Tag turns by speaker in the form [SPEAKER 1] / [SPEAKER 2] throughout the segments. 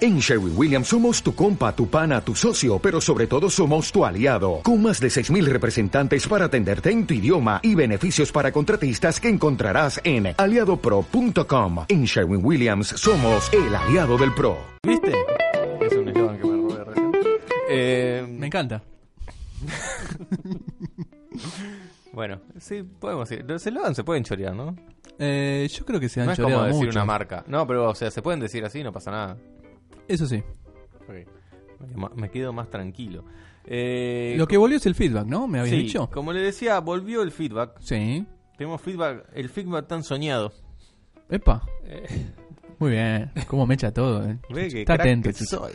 [SPEAKER 1] En Sherwin Williams somos tu compa, tu pana, tu socio, pero sobre todo somos tu aliado, con más de 6.000 representantes para atenderte en tu idioma y beneficios para contratistas que encontrarás en aliadopro.com. En Sherwin Williams somos el aliado del PRO.
[SPEAKER 2] ¿Viste?
[SPEAKER 3] Es un eslogan que me robé recién. Eh,
[SPEAKER 2] Me encanta.
[SPEAKER 3] bueno, sí, podemos ir. Los eslogans se pueden chorear, ¿no?
[SPEAKER 2] Eh, yo creo que se han
[SPEAKER 3] No es como
[SPEAKER 2] choreado
[SPEAKER 3] decir
[SPEAKER 2] mucho.
[SPEAKER 3] una marca. No, pero, o sea, se pueden decir así, no pasa nada.
[SPEAKER 2] Eso sí.
[SPEAKER 3] Ok. Me- Me quedo más tranquilo. Eh,
[SPEAKER 2] Lo que volvió es el feedback, ¿no? ¿Me habías
[SPEAKER 3] sí,
[SPEAKER 2] dicho?
[SPEAKER 3] Como le decía, volvió el feedback.
[SPEAKER 2] Sí.
[SPEAKER 3] Tenemos feedback, el feedback tan soñado.
[SPEAKER 2] Epa.
[SPEAKER 3] Eh,
[SPEAKER 2] Muy bien. Cómo me echa todo, eh.
[SPEAKER 3] ve que
[SPEAKER 2] Está
[SPEAKER 3] crack
[SPEAKER 2] atento,
[SPEAKER 3] que
[SPEAKER 2] Chucho.
[SPEAKER 3] soy.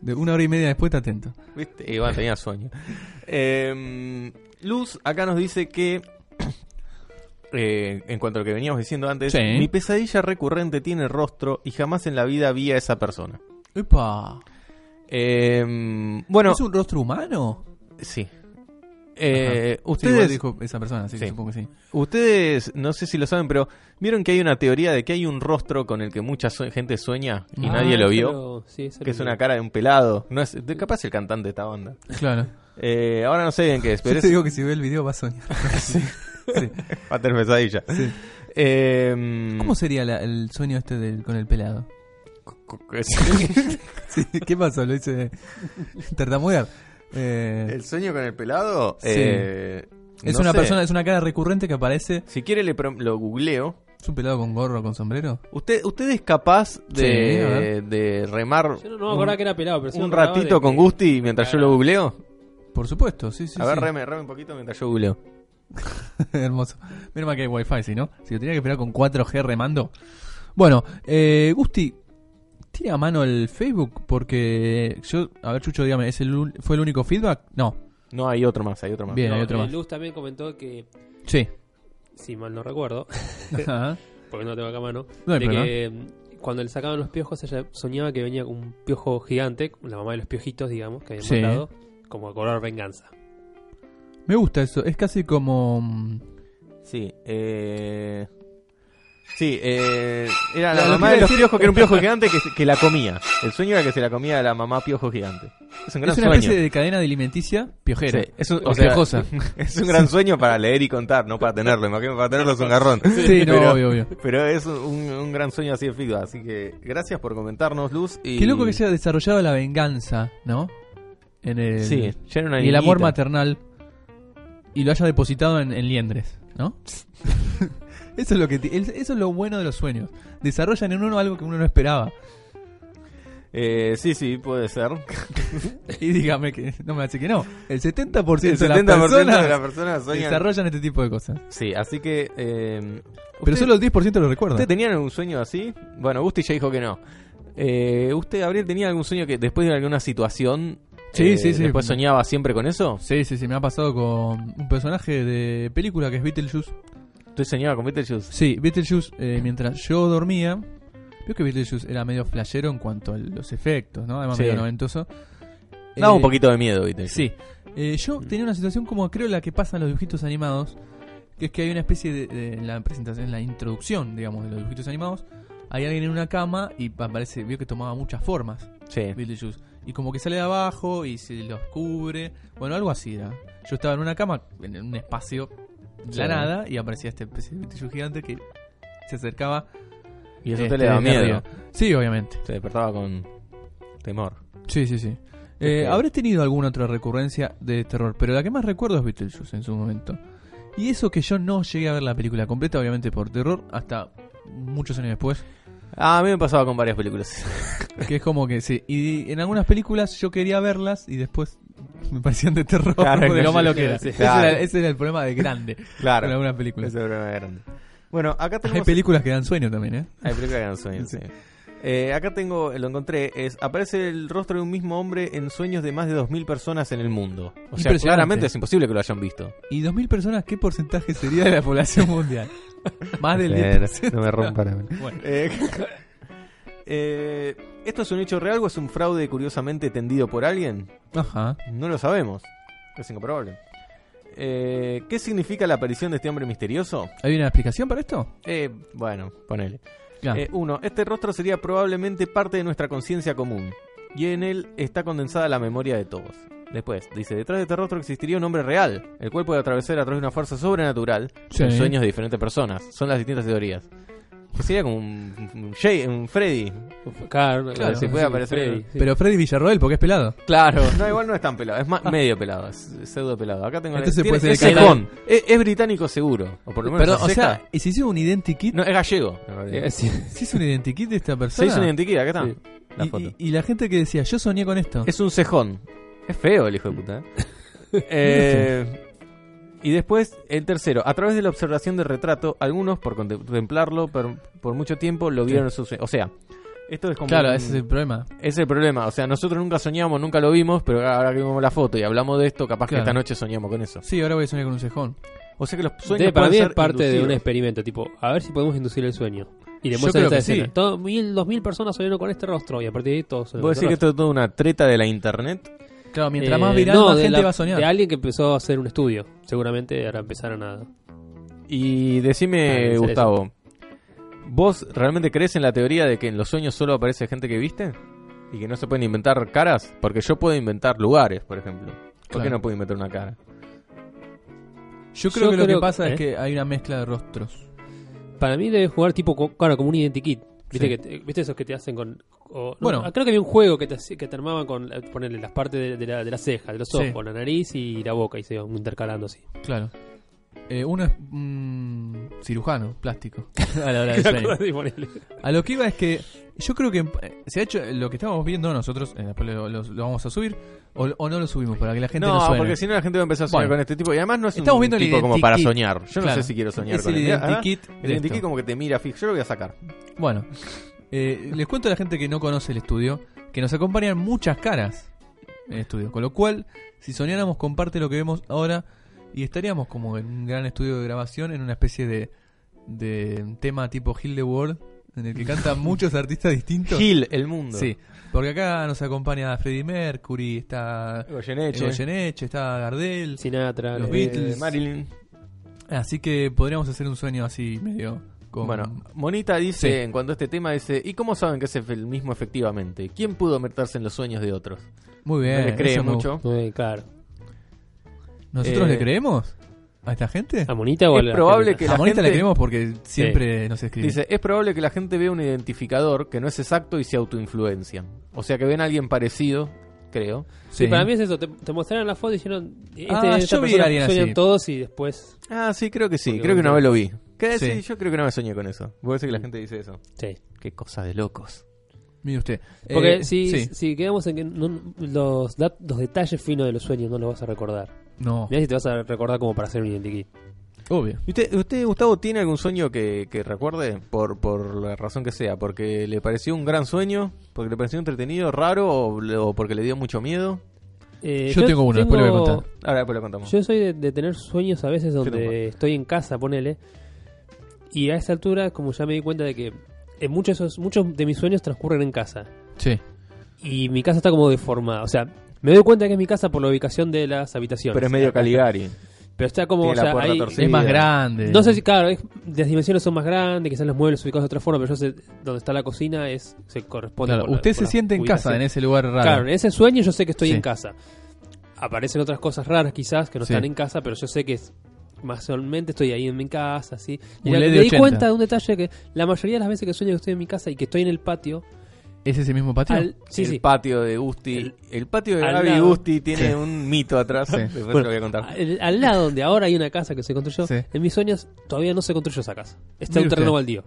[SPEAKER 2] De una hora y media después está atento.
[SPEAKER 3] ¿Viste? Y bueno, tenía sueño. Eh, Luz acá nos dice que, eh, en cuanto a lo que veníamos diciendo antes,
[SPEAKER 2] Sí.
[SPEAKER 3] mi pesadilla recurrente tiene rostro y jamás en la vida vi a esa persona.
[SPEAKER 2] Epa.
[SPEAKER 3] Eh, bueno,
[SPEAKER 2] ¿Es un rostro humano?
[SPEAKER 3] sí. Eh,
[SPEAKER 2] Sí, igual
[SPEAKER 3] ustedes,
[SPEAKER 2] dijo esa persona, así que
[SPEAKER 3] Sí.
[SPEAKER 2] supongo que sí.
[SPEAKER 3] ustedes, no sé si lo saben, pero vieron que hay una teoría de que hay un rostro con el que mucha sue- gente sueña y
[SPEAKER 4] Ah,
[SPEAKER 3] nadie lo
[SPEAKER 4] eso
[SPEAKER 3] vio,
[SPEAKER 4] sí, eso
[SPEAKER 3] que
[SPEAKER 4] lo
[SPEAKER 3] es
[SPEAKER 4] vi.
[SPEAKER 3] una cara de un pelado. No es, de- capaz el cantante de esta banda.
[SPEAKER 2] Claro.
[SPEAKER 3] Eh, ahora no sé bien qué es, pero
[SPEAKER 2] Yo
[SPEAKER 3] es,
[SPEAKER 2] te digo que si ve el video va a soñar.
[SPEAKER 3] Va a tener pesadilla. Eh,
[SPEAKER 2] ¿Cómo sería la- el sueño este del- con el pelado?
[SPEAKER 3] es?
[SPEAKER 2] Sí, ¿Qué pasó? Lo hice tartamudear. Eh,
[SPEAKER 3] ¿El sueño con el pelado?
[SPEAKER 2] Sí.
[SPEAKER 3] Eh,
[SPEAKER 2] es
[SPEAKER 3] no
[SPEAKER 2] una
[SPEAKER 3] sé.
[SPEAKER 2] persona, es una cara recurrente que aparece.
[SPEAKER 3] Si quiere le pro- lo googleo.
[SPEAKER 2] ¿Es un pelado con gorro, con sombrero?
[SPEAKER 3] ¿Usted, usted es capaz
[SPEAKER 2] Sí, a
[SPEAKER 3] de,
[SPEAKER 2] ver.
[SPEAKER 3] de remar
[SPEAKER 4] Yo no, no me
[SPEAKER 3] un,
[SPEAKER 4] acordaba que era pelado, pero sí me
[SPEAKER 3] un
[SPEAKER 4] acordaba
[SPEAKER 3] ratito
[SPEAKER 4] de
[SPEAKER 3] con
[SPEAKER 4] que-
[SPEAKER 3] Gusti mientras yo lo googleo?
[SPEAKER 2] Por supuesto, sí, sí.
[SPEAKER 3] a ver,
[SPEAKER 2] sí.
[SPEAKER 3] reme, reme un poquito mientras yo googleo.
[SPEAKER 2] Hermoso. Menos mal que hay wifi, si no. Si lo tenía que esperar con 4G remando. Bueno, eh, Gusti, tira a mano el Facebook porque yo... A ver, Chucho, dígame, ¿es el, un- ¿fue el único feedback? No.
[SPEAKER 3] No, hay otro más, hay otro más.
[SPEAKER 2] Bien.
[SPEAKER 4] No,
[SPEAKER 2] hay otro
[SPEAKER 4] eh,
[SPEAKER 2] más.
[SPEAKER 4] Luz también comentó que,
[SPEAKER 2] Sí.
[SPEAKER 3] Eh,
[SPEAKER 4] si mal no recuerdo,
[SPEAKER 2] Ajá.
[SPEAKER 4] porque no tengo acá a mano,
[SPEAKER 2] No hay
[SPEAKER 4] de
[SPEAKER 2] problema.
[SPEAKER 4] que mm, cuando le sacaban los piojos, ella soñaba que venía un piojo gigante, la mamá de los piojitos, digamos, que habían
[SPEAKER 2] Sí.
[SPEAKER 4] matado, como a cobrar venganza.
[SPEAKER 2] Me gusta eso. Es casi como... mm,
[SPEAKER 3] Sí, eh... Sí, eh, era
[SPEAKER 2] No,
[SPEAKER 3] la
[SPEAKER 2] lo
[SPEAKER 3] mamá
[SPEAKER 2] que iba
[SPEAKER 3] de
[SPEAKER 2] a
[SPEAKER 3] los
[SPEAKER 2] decir-
[SPEAKER 3] piojos, que era un piojo gigante que, se- que la comía. El sueño era que se la comía la mamá piojo gigante. Es un gran
[SPEAKER 2] Es una
[SPEAKER 3] sueño.
[SPEAKER 2] especie de cadena de alimenticia piojera.
[SPEAKER 3] Sí, es un,
[SPEAKER 2] O
[SPEAKER 3] o sea,
[SPEAKER 2] piojosa.
[SPEAKER 3] es un gran sueño para leer y contar, no para tenerlo. Imagino para tenerlo es un garrón.
[SPEAKER 2] Sí, no,
[SPEAKER 3] Pero-
[SPEAKER 2] obvio, obvio.
[SPEAKER 3] Pero es un, un gran sueño así de feedback. Así que gracias por comentarnos, Luz. Y...
[SPEAKER 2] Qué loco que se ha desarrollado la venganza, ¿no? En el...
[SPEAKER 3] Sí, ya era una
[SPEAKER 2] y el amor
[SPEAKER 3] niñita.
[SPEAKER 2] maternal y lo haya depositado en, en liendres, ¿no? eso, es lo que ti- es- eso es lo bueno de los sueños. Desarrollan en uno algo que uno no esperaba.
[SPEAKER 3] Eh, sí, sí, puede ser.
[SPEAKER 2] Y dígame que no me hace que no. El 70%,
[SPEAKER 3] el 70%
[SPEAKER 2] de las personas
[SPEAKER 3] de las personas sueñan.
[SPEAKER 2] desarrollan este tipo de cosas.
[SPEAKER 3] Sí, así que. eh,
[SPEAKER 2] Pero
[SPEAKER 3] ¿usted-
[SPEAKER 2] solo el 10% lo recuerda.
[SPEAKER 3] ¿Usted tenían un sueño así? Bueno, Gusti ya dijo que no. Eh, ¿Usted, Gabriel, tenía algún sueño que después de alguna situación.
[SPEAKER 2] Sí,
[SPEAKER 3] eh,
[SPEAKER 2] sí, sí.
[SPEAKER 3] ¿Después soñaba siempre con eso?
[SPEAKER 2] Sí, sí, sí, me ha pasado con un personaje de película que es Beetlejuice.
[SPEAKER 3] ¿Usted soñaba con Beetlejuice?
[SPEAKER 2] Sí, Beetlejuice, eh, mientras yo dormía, vio que Beetlejuice era medio flashero en cuanto a los efectos, ¿no? Además,
[SPEAKER 3] Sí.
[SPEAKER 2] medio noventoso.
[SPEAKER 3] Daba un
[SPEAKER 2] Eh,
[SPEAKER 3] poquito de miedo, Beetlejuice.
[SPEAKER 2] Sí. Eh,
[SPEAKER 3] Mm.
[SPEAKER 2] yo tenía una situación como creo la que pasa en los dibujitos animados, que es que hay una especie de, de- en la presentación, en la introducción, digamos, de los dibujitos animados, hay alguien en una cama y aparece, vio que tomaba muchas formas,
[SPEAKER 3] Sí.
[SPEAKER 2] Beetlejuice, y como que sale de abajo y se los cubre, bueno, algo así era. Yo estaba en una cama, en un espacio, de la
[SPEAKER 3] Sí.
[SPEAKER 2] nada, y aparecía esta especie de Beetlejuice gigante que se acercaba.
[SPEAKER 3] Y eso
[SPEAKER 4] Eh,
[SPEAKER 2] este,
[SPEAKER 3] te le daba
[SPEAKER 2] desde
[SPEAKER 3] miedo.
[SPEAKER 2] arriba. Sí, obviamente.
[SPEAKER 3] Se despertaba con temor.
[SPEAKER 2] Sí, sí, sí. Eh,
[SPEAKER 3] Ok.
[SPEAKER 2] Habré tenido alguna otra recurrencia de terror, pero la que más recuerdo es Beetlejuice en su momento. Y eso que yo no llegué a ver la película completa, obviamente por terror, hasta muchos años después.
[SPEAKER 3] Ah, a mí me pasaba con varias películas.
[SPEAKER 2] Que es como que sí. Y en algunas películas yo quería verlas y después me parecían de terror
[SPEAKER 3] Claro,
[SPEAKER 2] de lo
[SPEAKER 3] claro,
[SPEAKER 2] malo
[SPEAKER 3] sí,
[SPEAKER 2] que era.
[SPEAKER 3] sí.
[SPEAKER 2] Ese,
[SPEAKER 3] Claro.
[SPEAKER 2] era ese era el problema de grande
[SPEAKER 3] Claro.
[SPEAKER 2] en algunas películas.
[SPEAKER 3] Ese problema grande. Bueno, acá
[SPEAKER 2] Hay
[SPEAKER 3] tenemos...
[SPEAKER 2] películas que dan sueño también, ¿eh?
[SPEAKER 3] Hay películas que dan sueños, sí. Eh, acá tengo, lo encontré, es aparece el rostro de un mismo hombre en sueños de más de 2.000 personas en el mundo. O sea,
[SPEAKER 2] Impresionante.
[SPEAKER 3] claramente es imposible que lo hayan visto.
[SPEAKER 2] ¿Y 2.000 personas qué porcentaje sería de la población mundial? Más del 10%.
[SPEAKER 3] me rompa la
[SPEAKER 2] Bueno,
[SPEAKER 3] Eh, ¿Esto es un hecho real o es un fraude curiosamente tendido por alguien?
[SPEAKER 2] ajá.
[SPEAKER 3] No lo sabemos. Es incomprobable. Eh, ¿Qué significa la aparición de este hombre misterioso?
[SPEAKER 2] ¿Hay una explicación para esto?
[SPEAKER 3] Eh, bueno, ponele.
[SPEAKER 2] Ya.
[SPEAKER 3] Eh, uno, este rostro sería probablemente parte de nuestra conciencia común, y en él está condensada la memoria de todos. Después, dice, detrás de este rostro existiría un hombre real, el cual puede atravesar a través de una fuerza sobrenatural
[SPEAKER 2] Sí.
[SPEAKER 3] los sueños de diferentes personas. Son las distintas teorías. Que sería como un, un Jay- un Freddy.
[SPEAKER 4] Claro,
[SPEAKER 3] Claro,
[SPEAKER 2] si
[SPEAKER 3] puede aparecer
[SPEAKER 4] Freddy,
[SPEAKER 3] en-
[SPEAKER 4] sí.
[SPEAKER 2] Pero Freddy Villarroel, porque es pelado.
[SPEAKER 3] Claro. No, igual no es tan pelado, es más medio pelado, es pseudo pelado. Acá tengo
[SPEAKER 2] Entonces
[SPEAKER 3] tiene-
[SPEAKER 2] puede ser
[SPEAKER 3] es,
[SPEAKER 2] de
[SPEAKER 3] sajón, es, es británico seguro, o por lo menos
[SPEAKER 2] Perdón, o
[SPEAKER 3] azteca.
[SPEAKER 2] sea, ¿y si hizo un identikit?
[SPEAKER 3] No, es gallego. en realidad.
[SPEAKER 4] Eh, sí.
[SPEAKER 2] ¿Se hizo un identikit de esta
[SPEAKER 3] Se
[SPEAKER 2] persona?
[SPEAKER 3] hizo una identidad, acá está.
[SPEAKER 4] Sí.
[SPEAKER 3] La
[SPEAKER 2] Y-
[SPEAKER 3] foto.
[SPEAKER 2] y, y la gente que decía, yo soñé con esto.
[SPEAKER 3] Es un cejón. Es feo el hijo de puta. ¿eh? Eh, y después, el tercero. A través de la observación del retrato, algunos, por contemplarlo por, por mucho tiempo, lo vieron en sus sueños. O sea, esto es como.
[SPEAKER 2] claro,
[SPEAKER 3] un-
[SPEAKER 2] ese es el problema.
[SPEAKER 3] es el problema. O sea, nosotros nunca soñamos, nunca lo vimos, pero ahora que vimos la foto y hablamos de esto, capaz
[SPEAKER 2] Claro.
[SPEAKER 3] que esta noche soñamos con eso.
[SPEAKER 2] Sí, ahora voy a soñar con un cejón.
[SPEAKER 3] O sea que los sueños.
[SPEAKER 4] Entonces, para
[SPEAKER 3] pueden
[SPEAKER 4] mí es
[SPEAKER 3] ser
[SPEAKER 4] parte de un
[SPEAKER 3] inducidos.
[SPEAKER 4] experimento, tipo, a ver si podemos inducir el sueño. Y
[SPEAKER 2] Yo
[SPEAKER 4] demuestran
[SPEAKER 2] creo
[SPEAKER 4] esta
[SPEAKER 2] que
[SPEAKER 4] escena.
[SPEAKER 2] sí.
[SPEAKER 4] Todo- mil, dos mil personas soñaron con este rostro y a partir de ahí todos soñaron
[SPEAKER 3] ¿Vos
[SPEAKER 4] con
[SPEAKER 3] decís que
[SPEAKER 4] este
[SPEAKER 3] esto es toda una treta de la internet?
[SPEAKER 2] Claro,
[SPEAKER 4] rostro.
[SPEAKER 2] mientras
[SPEAKER 4] Eh,
[SPEAKER 2] más viral,
[SPEAKER 4] no,
[SPEAKER 2] más
[SPEAKER 4] de
[SPEAKER 2] gente
[SPEAKER 4] la-
[SPEAKER 2] va a soñar.
[SPEAKER 4] De alguien que empezó a hacer un estudio. Seguramente ahora empezaron a.
[SPEAKER 3] Y
[SPEAKER 4] Ah, en
[SPEAKER 3] decime,
[SPEAKER 4] serio.
[SPEAKER 3] Gustavo, ¿vos realmente crees en la teoría de que en los sueños solo aparece gente que viste? ¿Y que no se pueden inventar caras? Porque yo puedo inventar lugares, por ejemplo. ¿Por
[SPEAKER 2] Claro.
[SPEAKER 3] qué no puedo inventar una cara?
[SPEAKER 2] Yo creo
[SPEAKER 4] Yo
[SPEAKER 2] que lo
[SPEAKER 4] creo-
[SPEAKER 2] que pasa
[SPEAKER 4] ¿eh?
[SPEAKER 2] es que hay una mezcla de rostros.
[SPEAKER 4] Para mí debe jugar tipo, co- claro, como un identikit. ¿Viste,
[SPEAKER 2] Sí.
[SPEAKER 4] que te- ¿Viste esos que te hacen con. o- no,
[SPEAKER 2] Bueno.
[SPEAKER 4] ah, creo que había un juego que te, hacía- que te armaban con eh, ponerle las partes de, de la, de la ceja, de los
[SPEAKER 2] Sí.
[SPEAKER 4] ojos, la nariz y la boca y se iban intercalando así.
[SPEAKER 2] Claro. Eh, uno es mm, cirujano, plástico. a la hora del sueño.
[SPEAKER 4] Y ponele.
[SPEAKER 2] A lo que iba es que yo creo que eh, se ha hecho lo que estábamos viendo nosotros, eh, después lo, lo- lo vamos a subir, o, o no lo subimos para que la gente no,
[SPEAKER 3] no,
[SPEAKER 2] suene.
[SPEAKER 3] porque si no la gente va a empezar a soñar
[SPEAKER 2] Bueno.
[SPEAKER 3] con este tipo. Y además no es
[SPEAKER 2] Estamos
[SPEAKER 3] un
[SPEAKER 2] viendo el
[SPEAKER 3] tipo como para
[SPEAKER 2] identikit.
[SPEAKER 3] soñar. Yo
[SPEAKER 2] Claro.
[SPEAKER 3] no sé si quiero soñar
[SPEAKER 2] es
[SPEAKER 3] con
[SPEAKER 2] el
[SPEAKER 3] él. Mirá, ah,
[SPEAKER 2] identikit de
[SPEAKER 3] El identikit
[SPEAKER 2] esto.
[SPEAKER 3] como que te mira fijo. Yo lo voy a sacar.
[SPEAKER 2] Bueno, eh, les cuento a la gente que no conoce el estudio que nos acompañan muchas caras en el estudio. Con lo cual, si soñáramos con parte de lo que vemos ahora, y estaríamos como en un gran estudio de grabación, en una especie de, de tema tipo Hildeworld, en el que cantan muchos artistas distintos.
[SPEAKER 3] Gil, el mundo.
[SPEAKER 2] Sí, porque acá nos acompaña Freddie Mercury, está
[SPEAKER 3] Goyeneche.
[SPEAKER 2] Goyeneche, está Gardel.
[SPEAKER 4] Sinatra,
[SPEAKER 2] Los
[SPEAKER 4] eh,
[SPEAKER 2] Beatles.
[SPEAKER 3] Marilyn.
[SPEAKER 2] Así que podríamos hacer un sueño así medio con...
[SPEAKER 3] Bueno, Monita dice
[SPEAKER 2] Sí.
[SPEAKER 3] en cuanto a este tema, dice, ¿y cómo saben que es el mismo efectivamente? ¿Quién pudo meterse en los sueños de otros?
[SPEAKER 2] Muy bien.
[SPEAKER 3] no le cree
[SPEAKER 2] eso me
[SPEAKER 3] mucho.
[SPEAKER 4] eh, claro.
[SPEAKER 2] gusta. ¿Nosotros
[SPEAKER 3] Eh,
[SPEAKER 2] le creemos a esta gente?
[SPEAKER 4] ¿A Monita o a
[SPEAKER 3] Es
[SPEAKER 4] la
[SPEAKER 3] probable
[SPEAKER 2] A
[SPEAKER 3] que la
[SPEAKER 2] Monita
[SPEAKER 3] gente-
[SPEAKER 2] le creemos porque siempre nos escribe.
[SPEAKER 3] Dice, es probable que la gente vea un identificador que no es exacto y se autoinfluencia. O sea que ven a alguien parecido, creo.
[SPEAKER 4] Sí, para mí es eso. Te, te mostraron la foto y dijeron. Este,
[SPEAKER 2] Ah, yo
[SPEAKER 4] esta
[SPEAKER 2] vi
[SPEAKER 4] persona
[SPEAKER 2] a alguien
[SPEAKER 4] sueñan
[SPEAKER 2] así.
[SPEAKER 4] todos y después.
[SPEAKER 3] Ah, sí, creo que sí.
[SPEAKER 4] Porque
[SPEAKER 3] creo que
[SPEAKER 4] vos-
[SPEAKER 3] una vez lo vi. ¿Qué?
[SPEAKER 2] Sí.
[SPEAKER 3] Sí, yo creo que no me soñé con eso. Voy a decir que la gente dice eso.
[SPEAKER 4] Sí.
[SPEAKER 3] Qué cosa de locos.
[SPEAKER 2] Mire usted.
[SPEAKER 4] Porque
[SPEAKER 2] Eh,
[SPEAKER 4] si,
[SPEAKER 2] sí.
[SPEAKER 4] si quedamos en que no- los, da- los detalles finos de los sueños no los vas a recordar.
[SPEAKER 2] No,
[SPEAKER 4] Mirá si te vas a recordar como para hacer un identikit.
[SPEAKER 2] obvio.
[SPEAKER 3] ¿Y ¿Usted, usted, Gustavo, tiene algún sueño que, que recuerde? Por, por la razón que sea. ¿Porque le pareció un gran sueño? ¿Porque le pareció entretenido, raro? ¿O, le- o porque le dio mucho miedo?
[SPEAKER 4] Eh,
[SPEAKER 2] Yo tengo uno, después lo voy a contar.
[SPEAKER 3] Ahora después lo contamos.
[SPEAKER 4] Yo soy de, de tener sueños a veces
[SPEAKER 3] Yo tampoco.
[SPEAKER 4] donde estoy en casa, ponele. Y a esa altura, como ya me di cuenta de que en muchos, de esos- muchos de mis sueños transcurren en casa.
[SPEAKER 2] Sí.
[SPEAKER 4] Y mi casa está como deformada. O sea, me doy cuenta que es mi casa por la ubicación de las habitaciones.
[SPEAKER 3] Pero es medio Caligari.
[SPEAKER 4] Pero está como.
[SPEAKER 3] Tiene
[SPEAKER 4] o
[SPEAKER 3] la
[SPEAKER 4] sea,
[SPEAKER 3] puerta
[SPEAKER 4] hay-
[SPEAKER 3] torcida. Sí,
[SPEAKER 2] es más
[SPEAKER 3] eh.
[SPEAKER 2] grande.
[SPEAKER 4] No sé si, claro, es- las dimensiones son más grandes, quizás los muebles ubicados de otra forma, pero yo sé donde está la cocina es se corresponde.
[SPEAKER 2] Claro,
[SPEAKER 4] con la-
[SPEAKER 2] usted
[SPEAKER 4] con
[SPEAKER 2] se
[SPEAKER 4] la
[SPEAKER 2] siente en casa,
[SPEAKER 4] ubicación.
[SPEAKER 2] en ese lugar raro.
[SPEAKER 4] Claro, eh, en ese sueño yo sé que estoy
[SPEAKER 2] Sí.
[SPEAKER 4] en casa. Aparecen otras cosas raras quizás que no
[SPEAKER 2] Sí.
[SPEAKER 4] están en casa, pero yo sé que es, más solamente estoy ahí en mi casa, así. Y
[SPEAKER 2] Un
[SPEAKER 4] la-
[SPEAKER 2] LED
[SPEAKER 4] me
[SPEAKER 2] de
[SPEAKER 4] di
[SPEAKER 2] 80.
[SPEAKER 4] cuenta de un detalle que la mayoría de las veces que sueño que estoy en mi casa y que estoy en el patio,
[SPEAKER 2] ¿Es ese mismo patio?
[SPEAKER 4] al- sí,
[SPEAKER 3] el
[SPEAKER 4] sí,
[SPEAKER 3] patio de Gusti.
[SPEAKER 4] El-
[SPEAKER 3] El, patio de
[SPEAKER 4] al
[SPEAKER 3] Gaby
[SPEAKER 4] lado.
[SPEAKER 3] Gusti tiene un mito atrás.
[SPEAKER 2] Sí.
[SPEAKER 3] Después
[SPEAKER 2] Bueno,
[SPEAKER 3] te lo voy a contar.
[SPEAKER 4] al, al lado donde ahora hay una casa que se construyó,
[SPEAKER 2] Sí.
[SPEAKER 4] en mis sueños todavía no se construyó esa casa. Está
[SPEAKER 2] Mire
[SPEAKER 4] un terreno
[SPEAKER 2] usted.
[SPEAKER 4] baldío.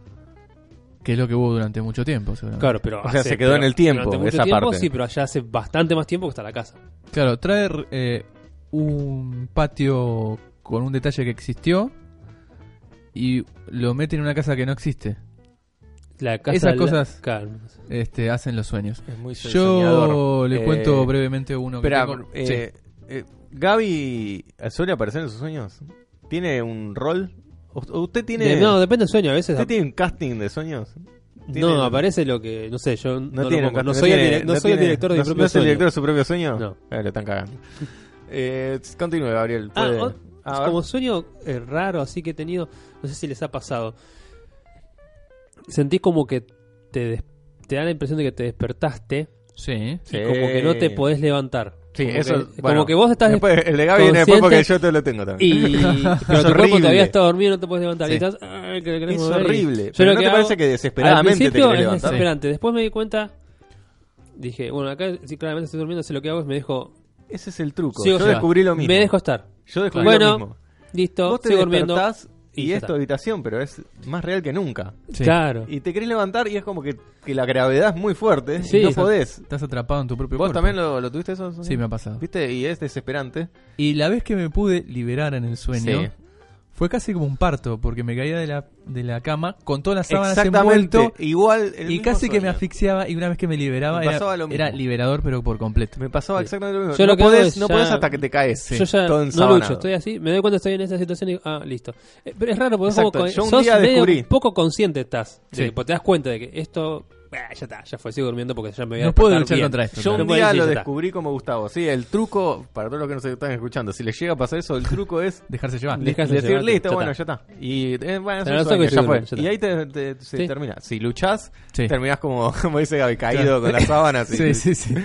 [SPEAKER 2] Que es lo que hubo durante mucho tiempo, seguramente.
[SPEAKER 4] Claro, pero.
[SPEAKER 3] O sea, se quedó en el tiempo,
[SPEAKER 4] durante mucho
[SPEAKER 3] esa
[SPEAKER 4] tiempo,
[SPEAKER 3] parte.
[SPEAKER 4] Sí, pero allá hace bastante más tiempo que está la casa.
[SPEAKER 2] Claro, traer eh, un patio con un detalle que existió y lo mete en una casa que no existe.
[SPEAKER 4] La casa
[SPEAKER 2] Esas
[SPEAKER 4] la-
[SPEAKER 2] cosas-
[SPEAKER 4] Claro.
[SPEAKER 2] Este, hacen los sueños.
[SPEAKER 3] Es muy Eh,
[SPEAKER 2] Yo les cuento brevemente uno que
[SPEAKER 3] Espera,
[SPEAKER 2] tengo. Sí.
[SPEAKER 3] eh, eh, Gaby suele aparecer en sus sueños. ¿Tiene un rol? ¿O- o ¿Usted tiene,
[SPEAKER 4] De- no, depende del sueño. A veces
[SPEAKER 3] ¿usted tiene un casting de sueños? tiene-
[SPEAKER 4] No, aparece lo que. No sé, yo no,
[SPEAKER 3] No,
[SPEAKER 4] lo
[SPEAKER 3] tiene
[SPEAKER 4] pongo.
[SPEAKER 3] un
[SPEAKER 4] No
[SPEAKER 3] casting,
[SPEAKER 4] soy, el,
[SPEAKER 3] tiene-
[SPEAKER 4] dire- no
[SPEAKER 3] no
[SPEAKER 4] soy el
[SPEAKER 3] tiene-
[SPEAKER 4] director de
[SPEAKER 3] no-
[SPEAKER 4] mi propio
[SPEAKER 3] ¿No es el
[SPEAKER 4] sueño.
[SPEAKER 3] director de su propio sueño?
[SPEAKER 4] No.
[SPEAKER 3] Eh, lo están cagando. Eh, continúe, Gabriel.
[SPEAKER 4] Ah,
[SPEAKER 3] puede.
[SPEAKER 4] o-
[SPEAKER 3] A ver.
[SPEAKER 4] como sueño eh, raro así que he tenido, no sé si les ha pasado. sentís como que te, des- te da la impresión de que te despertaste
[SPEAKER 2] Sí.
[SPEAKER 3] Sí.
[SPEAKER 4] y como que no te podés levantar.
[SPEAKER 3] Sí,
[SPEAKER 4] Como
[SPEAKER 3] eso.
[SPEAKER 4] que- como
[SPEAKER 3] bueno,
[SPEAKER 4] que vos estás
[SPEAKER 3] después, el de Gaby viene después porque
[SPEAKER 4] consciente
[SPEAKER 3] yo te lo tengo también.
[SPEAKER 4] Y pero tu
[SPEAKER 3] horrible.
[SPEAKER 4] cuerpo todavía está dormido, no te puedes levantar.
[SPEAKER 3] Sí.
[SPEAKER 4] Y estás, "Ah, que querés
[SPEAKER 3] es
[SPEAKER 4] mover". Y-
[SPEAKER 3] horrible.
[SPEAKER 4] yo
[SPEAKER 3] Pero
[SPEAKER 4] lo
[SPEAKER 3] no
[SPEAKER 4] que
[SPEAKER 3] te
[SPEAKER 4] hago-
[SPEAKER 3] parece que
[SPEAKER 4] Al
[SPEAKER 3] desesperadamente te
[SPEAKER 4] principio
[SPEAKER 3] querés
[SPEAKER 4] es
[SPEAKER 3] levantar.
[SPEAKER 4] desesperante. Después me di cuenta, dije, bueno, acá sí, claramente estoy durmiendo, así lo que hago es me dejo...
[SPEAKER 3] Ese es el truco.
[SPEAKER 4] sigo
[SPEAKER 3] yo
[SPEAKER 4] llevando.
[SPEAKER 3] descubrí lo mismo.
[SPEAKER 4] Me dejo estar.
[SPEAKER 3] Yo descubrí
[SPEAKER 4] Bueno,
[SPEAKER 3] lo mismo.
[SPEAKER 4] Listo,
[SPEAKER 3] Vos te
[SPEAKER 4] sigo durmiendo.
[SPEAKER 3] despertás
[SPEAKER 4] y
[SPEAKER 3] y
[SPEAKER 4] ya
[SPEAKER 3] es tu
[SPEAKER 4] está.
[SPEAKER 3] habitación, pero es más real que nunca.
[SPEAKER 2] Sí.
[SPEAKER 4] Claro.
[SPEAKER 3] Y te querés levantar y es como que, que la gravedad es muy fuerte. y
[SPEAKER 4] Sí,
[SPEAKER 3] no
[SPEAKER 4] esa-
[SPEAKER 3] podés.
[SPEAKER 2] Estás atrapado en tu propio
[SPEAKER 3] ¿Vos
[SPEAKER 2] cuerpo.
[SPEAKER 3] también lo, lo tuviste eso? Sonia?
[SPEAKER 2] Sí, me ha pasado.
[SPEAKER 3] ¿Viste? Y es desesperante.
[SPEAKER 2] Y la vez que me pude liberar en el sueño
[SPEAKER 3] Sí.
[SPEAKER 2] fue casi como un parto, porque me caía de la, de la cama con todas las sábanas
[SPEAKER 3] Exactamente.
[SPEAKER 2] envuelto
[SPEAKER 3] Igual. el
[SPEAKER 2] y
[SPEAKER 3] mismo
[SPEAKER 2] casi que me
[SPEAKER 3] sueño.
[SPEAKER 2] asfixiaba y una vez que me liberaba
[SPEAKER 3] Me
[SPEAKER 2] era,
[SPEAKER 3] pasaba lo mismo.
[SPEAKER 2] era liberador pero por completo.
[SPEAKER 3] Me pasaba
[SPEAKER 4] Sí.
[SPEAKER 3] exactamente lo mismo.
[SPEAKER 4] Yo
[SPEAKER 3] no,
[SPEAKER 4] lo que hago
[SPEAKER 3] podés,
[SPEAKER 4] es
[SPEAKER 3] no
[SPEAKER 4] ya-
[SPEAKER 3] podés hasta que te caes.
[SPEAKER 4] Yo ya
[SPEAKER 3] Todo
[SPEAKER 4] no
[SPEAKER 3] ensabanado.
[SPEAKER 4] lucho, estoy así, me doy cuenta estoy en esa situación y digo, ah, listo. Eh, pero es raro porque
[SPEAKER 3] Exacto,
[SPEAKER 4] como, con-
[SPEAKER 3] yo un
[SPEAKER 4] sos
[SPEAKER 3] día
[SPEAKER 4] medio
[SPEAKER 3] descubrí.
[SPEAKER 4] poco consciente estás. de
[SPEAKER 2] Sí.
[SPEAKER 4] que, pues, te das cuenta de que esto, bah, ya está, ya fue, sigo durmiendo porque ya me voy a
[SPEAKER 2] No puedo
[SPEAKER 4] despertar
[SPEAKER 2] luchar
[SPEAKER 4] bien.
[SPEAKER 2] contra esto,
[SPEAKER 3] Yo
[SPEAKER 4] No
[SPEAKER 3] un
[SPEAKER 4] puedo
[SPEAKER 3] día
[SPEAKER 4] decir,
[SPEAKER 3] lo
[SPEAKER 4] ya está.
[SPEAKER 3] descubrí como Gustavo. Sí, el truco, para todos los que nos están escuchando, si les llega a pasar eso, el truco es
[SPEAKER 2] Dejarse llevar.
[SPEAKER 4] De- Dejarse
[SPEAKER 3] decir
[SPEAKER 4] llevar,
[SPEAKER 3] listo,
[SPEAKER 4] ya
[SPEAKER 3] bueno, ya
[SPEAKER 4] está.
[SPEAKER 3] está. Y eh, bueno, es
[SPEAKER 4] Se
[SPEAKER 3] un
[SPEAKER 4] lanzó
[SPEAKER 3] sueño,
[SPEAKER 4] que
[SPEAKER 3] ya
[SPEAKER 4] se
[SPEAKER 3] fue.
[SPEAKER 4] durmió, ya
[SPEAKER 3] Y ahí te, te- se
[SPEAKER 4] Sí.
[SPEAKER 3] termina. Si luchás,
[SPEAKER 2] Sí.
[SPEAKER 3] terminás como, como dice Gaby, caído con las sábanas y,
[SPEAKER 2] Sí, sí, sí.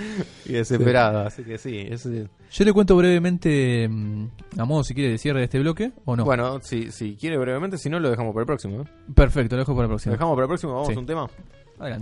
[SPEAKER 3] y desesperado. Así que sí, es-
[SPEAKER 2] Yo le cuento brevemente, mm, a modo si quiere de cierre de este bloque o no.
[SPEAKER 3] Bueno, si, si quiere brevemente, si no, lo dejamos para el próximo. ¿eh?
[SPEAKER 2] Perfecto, lo dejo para la
[SPEAKER 3] Lo
[SPEAKER 2] próxima.
[SPEAKER 3] dejamos para el próximo, vamos
[SPEAKER 2] Sí.
[SPEAKER 3] a un tema.
[SPEAKER 2] Adelante.